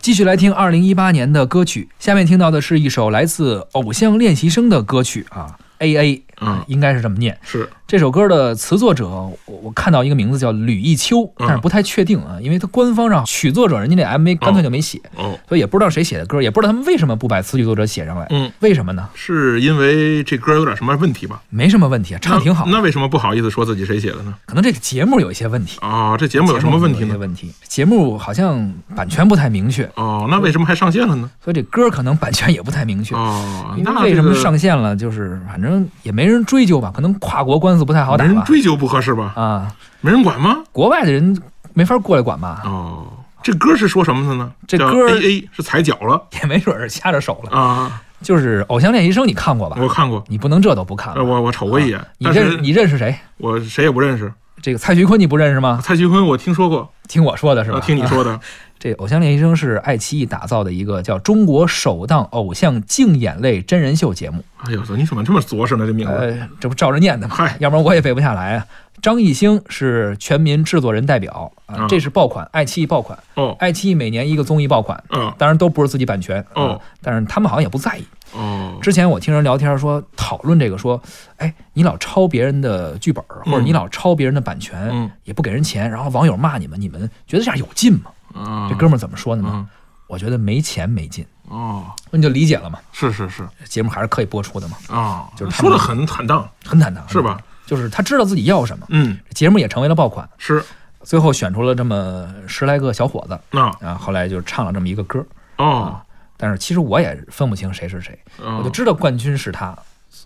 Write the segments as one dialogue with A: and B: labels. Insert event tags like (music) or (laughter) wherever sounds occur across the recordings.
A: 继续来听二零一八年的歌曲，下面听到的是一首来自《偶像练习生》的歌曲啊，A A，
B: 嗯，
A: 应该啊是这么念。
B: 是
A: 这首歌的词作者，我我看到一个名字叫吕忆秋，
B: 嗯
A: 但是不太确定啊，因为他官方上曲作者人家那 MV 干脆就没写，
B: 哦，
A: 所以也不知道谁写的歌，也不知道他们为什么不把词曲作者写上来。
B: 嗯，
A: 为什么呢？
B: 是因为这歌有点什么问题吧？
A: 没什么问题啊，唱挺好。
B: 那。那为什么不好意思说自己谁写的呢？
A: 可能这个节目有一些问题。
B: 啊，这节目有什么问题
A: 节目有一些
B: 呢？
A: 问题，节目好像版权不太明确，
B: 哦，那为什么还上线了呢？
A: 所以这歌可能版权也不太明确。
B: 哦，
A: 因为
B: 那
A: 为
B: 这
A: 什么
B: 个
A: 上线了，就是反正也没人追究吧，可能跨国官司不太好
B: 没
A: 打
B: 人
A: 吧。
B: 追究不合适吧？
A: 啊，
B: 没人管吗？
A: 国外的人没法过来管吧，
B: 哦，这歌是说什么的呢？
A: 啊这歌
B: A A 是踩脚了
A: 也没准儿掐着手了。
B: 啊！
A: 就是《偶像练习生》，你看过吧？
B: 我看过，
A: 你不能这都不看吧
B: 呃我我瞅过一眼，
A: 啊你
B: 但
A: 认
B: 是
A: 你认识谁？
B: 我谁也不认识。啊
A: 这个蔡徐坤你不认识吗？
B: 蔡徐坤我听说过，
A: 听我说的是吧？啊
B: 呃听你
A: (laughs)
B: 说的。
A: 这《偶像练习生》是爱奇艺打造的一个叫中国首档偶像竞演类真人秀节目，
B: 哎呦，你怎么这么着实呢？这名字
A: 呃，这不照着念的吗
B: 嗨？
A: 要不然我也背不下来啊。张艺兴是全民制作人代表啊，
B: 嗯
A: 这是爆款，爱奇艺爆款，
B: 哦，
A: 爱奇艺每年一个综艺爆款，
B: 嗯
A: 当然都不是自己版权啊
B: 哦，
A: 但是他们好像也不在意。
B: 哦，
A: 之前我听人聊天说讨论这个说，哎，你老抄别人的剧本儿，或者
B: 嗯
A: 你老抄别人的版权，
B: 嗯
A: 也不给人钱，然后网友骂你们，你们觉得这样有劲吗？
B: 啊，
A: 这哥们儿怎么说的呢？
B: 嗯
A: 我觉得没钱没劲，
B: 哦，
A: 那你就理解了嘛。
B: 是是是
A: 节目还是可以播出的嘛，
B: 啊，
A: 就是他
B: 说
A: 们
B: 的很坦荡，
A: 很坦荡，
B: 是吧？
A: 就是他知道自己要什么，
B: 嗯，
A: 节目也成为了爆款，
B: 是
A: 最后选出了这么十来个小伙子，
B: 那
A: 啊，后来就唱了这么一个歌。
B: 哦，
A: 但是其实我也分不清谁是谁，
B: 我
A: 啊我就知道冠军是他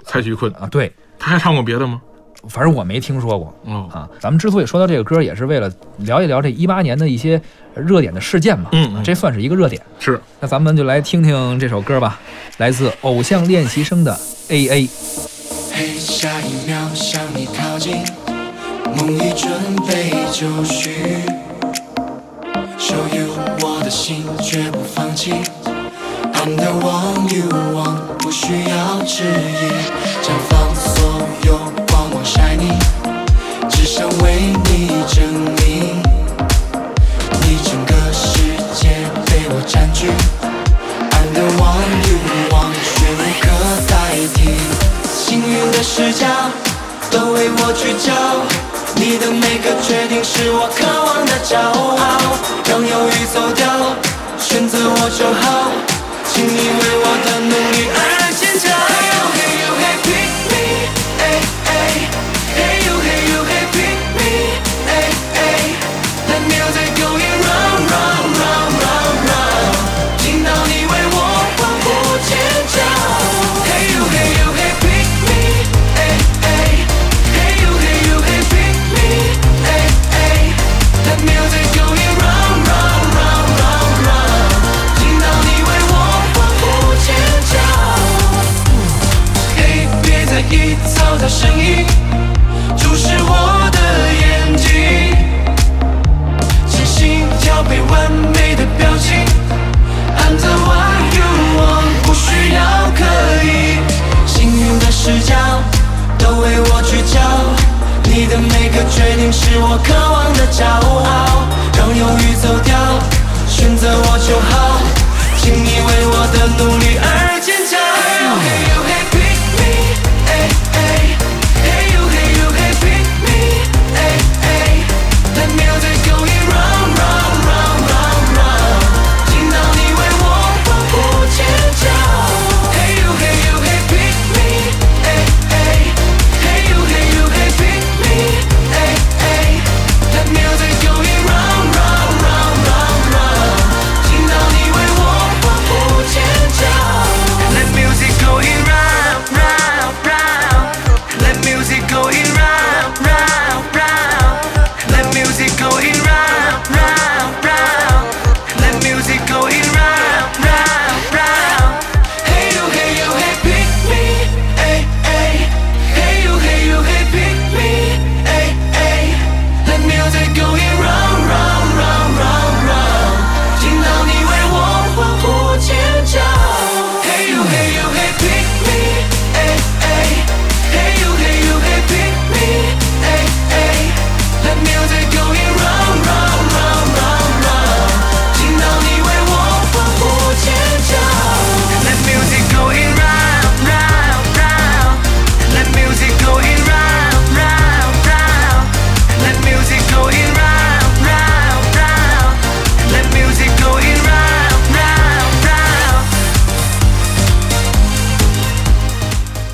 B: 蔡徐坤，
A: 啊。对，
B: 他还唱过别的吗？
A: 反正我没听说过
B: 哦，
A: 啊。咱们之所以说到这个歌，也是为了聊一聊这一八年的一些热点的事件嘛。
B: 嗯
A: 啊
B: 嗯
A: 这算是一个热点。
B: 是
A: 那咱们就来听听这首歌吧，来自《偶像练习生》的《A A》。
C: 嘿，下一秒向你靠近，梦已准备就绪。Show you 我的心绝不放弃，I'm the one you want，不需要质疑，绽放所有光芒 shining，只想为你证明，你整个世界被我占据。I'm the one you want，却无可代替。幸运的视角都为我聚焦，你的每个决定是我渴望的骄傲。让犹豫走掉，选择我就好，请你为我的努力而坚强。Hey you, hey you, hey pick me, hey hey. Hey you, hey you, hey pick me, hey hey. That music going round, round, round, round, round. 听到你为我欢呼尖叫。Hey you, hey you, hey pick me, hey hey. Hey you, hey you, hey pick me, hey hey. That music going round, round, round, round, round. 听到你为我欢呼尖叫。嘿，别在意嘈杂声音，注视我的眼睛。真心调配完美的表情，I'm the one you want，不需要刻意。幸运的视角都为我聚焦，你的每个决定是我渴望的骄傲。让犹豫走掉，选择我就好，请你为我的努力而坚强。Hey you, hey you, hey pick me, hey hey. Hey you, hey you, hey pick me, hey hey. That music going round, round, round, round, round. 听到你为我欢呼尖叫。Hey you, hey you, hey pick me, hey hey. Hey you, hey you, hey pick me, hey hey. That music going round, round, round, round, round. 听到你为我欢呼尖叫。That music going round, round, round. That music going round, round, round. Let music go in round, round, round. Let music go in